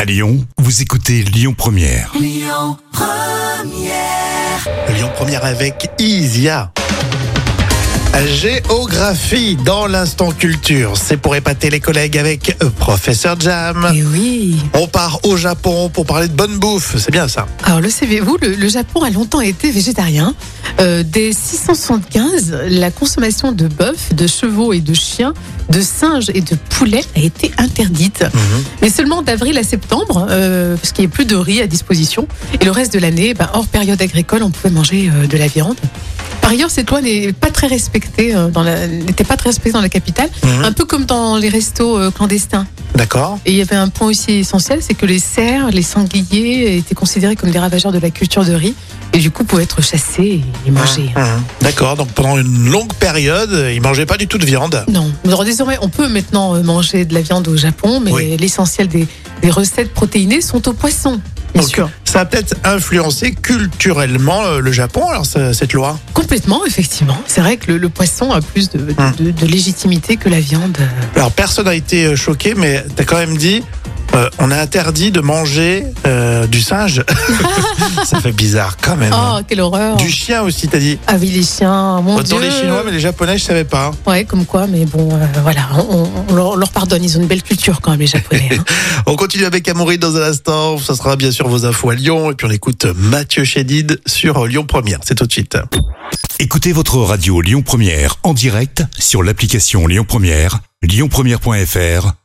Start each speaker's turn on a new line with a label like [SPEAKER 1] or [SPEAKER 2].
[SPEAKER 1] À Lyon, vous écoutez Lyon Première.
[SPEAKER 2] Lyon Première avec Isia. Géographie dans l'instant culture, c'est pour épater les collègues avec euh, Professeur Jam.
[SPEAKER 3] Et oui.
[SPEAKER 2] On part au Japon pour parler de bonne bouffe, c'est bien ça.
[SPEAKER 3] Alors le savez-vous, le, le Japon a longtemps été végétarien. Euh, dès 675, la consommation de bœuf, de chevaux et de chiens, de singes et de poulets a été interdite. Mais seulement d'avril à septembre, euh, parce qu'il n'y a plus de riz à disposition. Et le reste de l'année, ben, hors période agricole, on pouvait manger euh, de la viande. Par ailleurs, cette loi n'est pas très respectée euh, dans la- n'était pas très respectée dans la capitale,
[SPEAKER 2] Mhm.
[SPEAKER 3] un peu comme dans les restos euh, clandestins.
[SPEAKER 2] D'accord
[SPEAKER 3] Et il y avait un point aussi essentiel, c'est que les cerfs, les sangliers étaient considérés comme des ravageurs de la culture de riz et du coup pouvaient être chassés et mangés.
[SPEAKER 2] Mhm. D'accord, donc pendant une longue période, euh, ils mangeaient pas du tout de viande.
[SPEAKER 3] Non, alors désormais on peut maintenant euh, manger de la viande au Japon, mais
[SPEAKER 2] Oui.
[SPEAKER 3] l'essentiel des, des recettes protéinées sont au poisson, bien
[SPEAKER 2] Ok.
[SPEAKER 3] sûr.
[SPEAKER 2] Ça a peut-être influencé culturellement euh, le Japon, alors ce- cette loi
[SPEAKER 3] Complètement, effectivement. C'est vrai que le, le poisson a plus de, de-
[SPEAKER 2] Mhm.
[SPEAKER 3] de- de légitimité que la viande.
[SPEAKER 2] Alors personne n'a été euh, choqué, mais t'as quand même dit, euh, on a interdit de manger euh, du singe. ça fait bizarre quand même. hein.
[SPEAKER 3] Oh, quelle horreur
[SPEAKER 2] Ah. Du chien aussi, t'as dit.
[SPEAKER 3] Ah oui, les chiens, mon
[SPEAKER 2] Autant
[SPEAKER 3] Dieu
[SPEAKER 2] les Chinois, mais les Japonais, je savais pas. hein.
[SPEAKER 3] Ouais, comme quoi, mais bon, euh, voilà, on, on- on leur, on leur pardonne, ils ont une belle culture quand même, les Japonais. hein.
[SPEAKER 2] On continue avec Amaury dans un instant. Ça sera bien sûr vos infos à Lyon. Et puis on écoute Mathieu Chédid sur euh, Lyon Première. C'est tout de suite.
[SPEAKER 1] Écoutez votre radio Lyon Première en direct sur l'application Lyon Première, lyonpremière.fr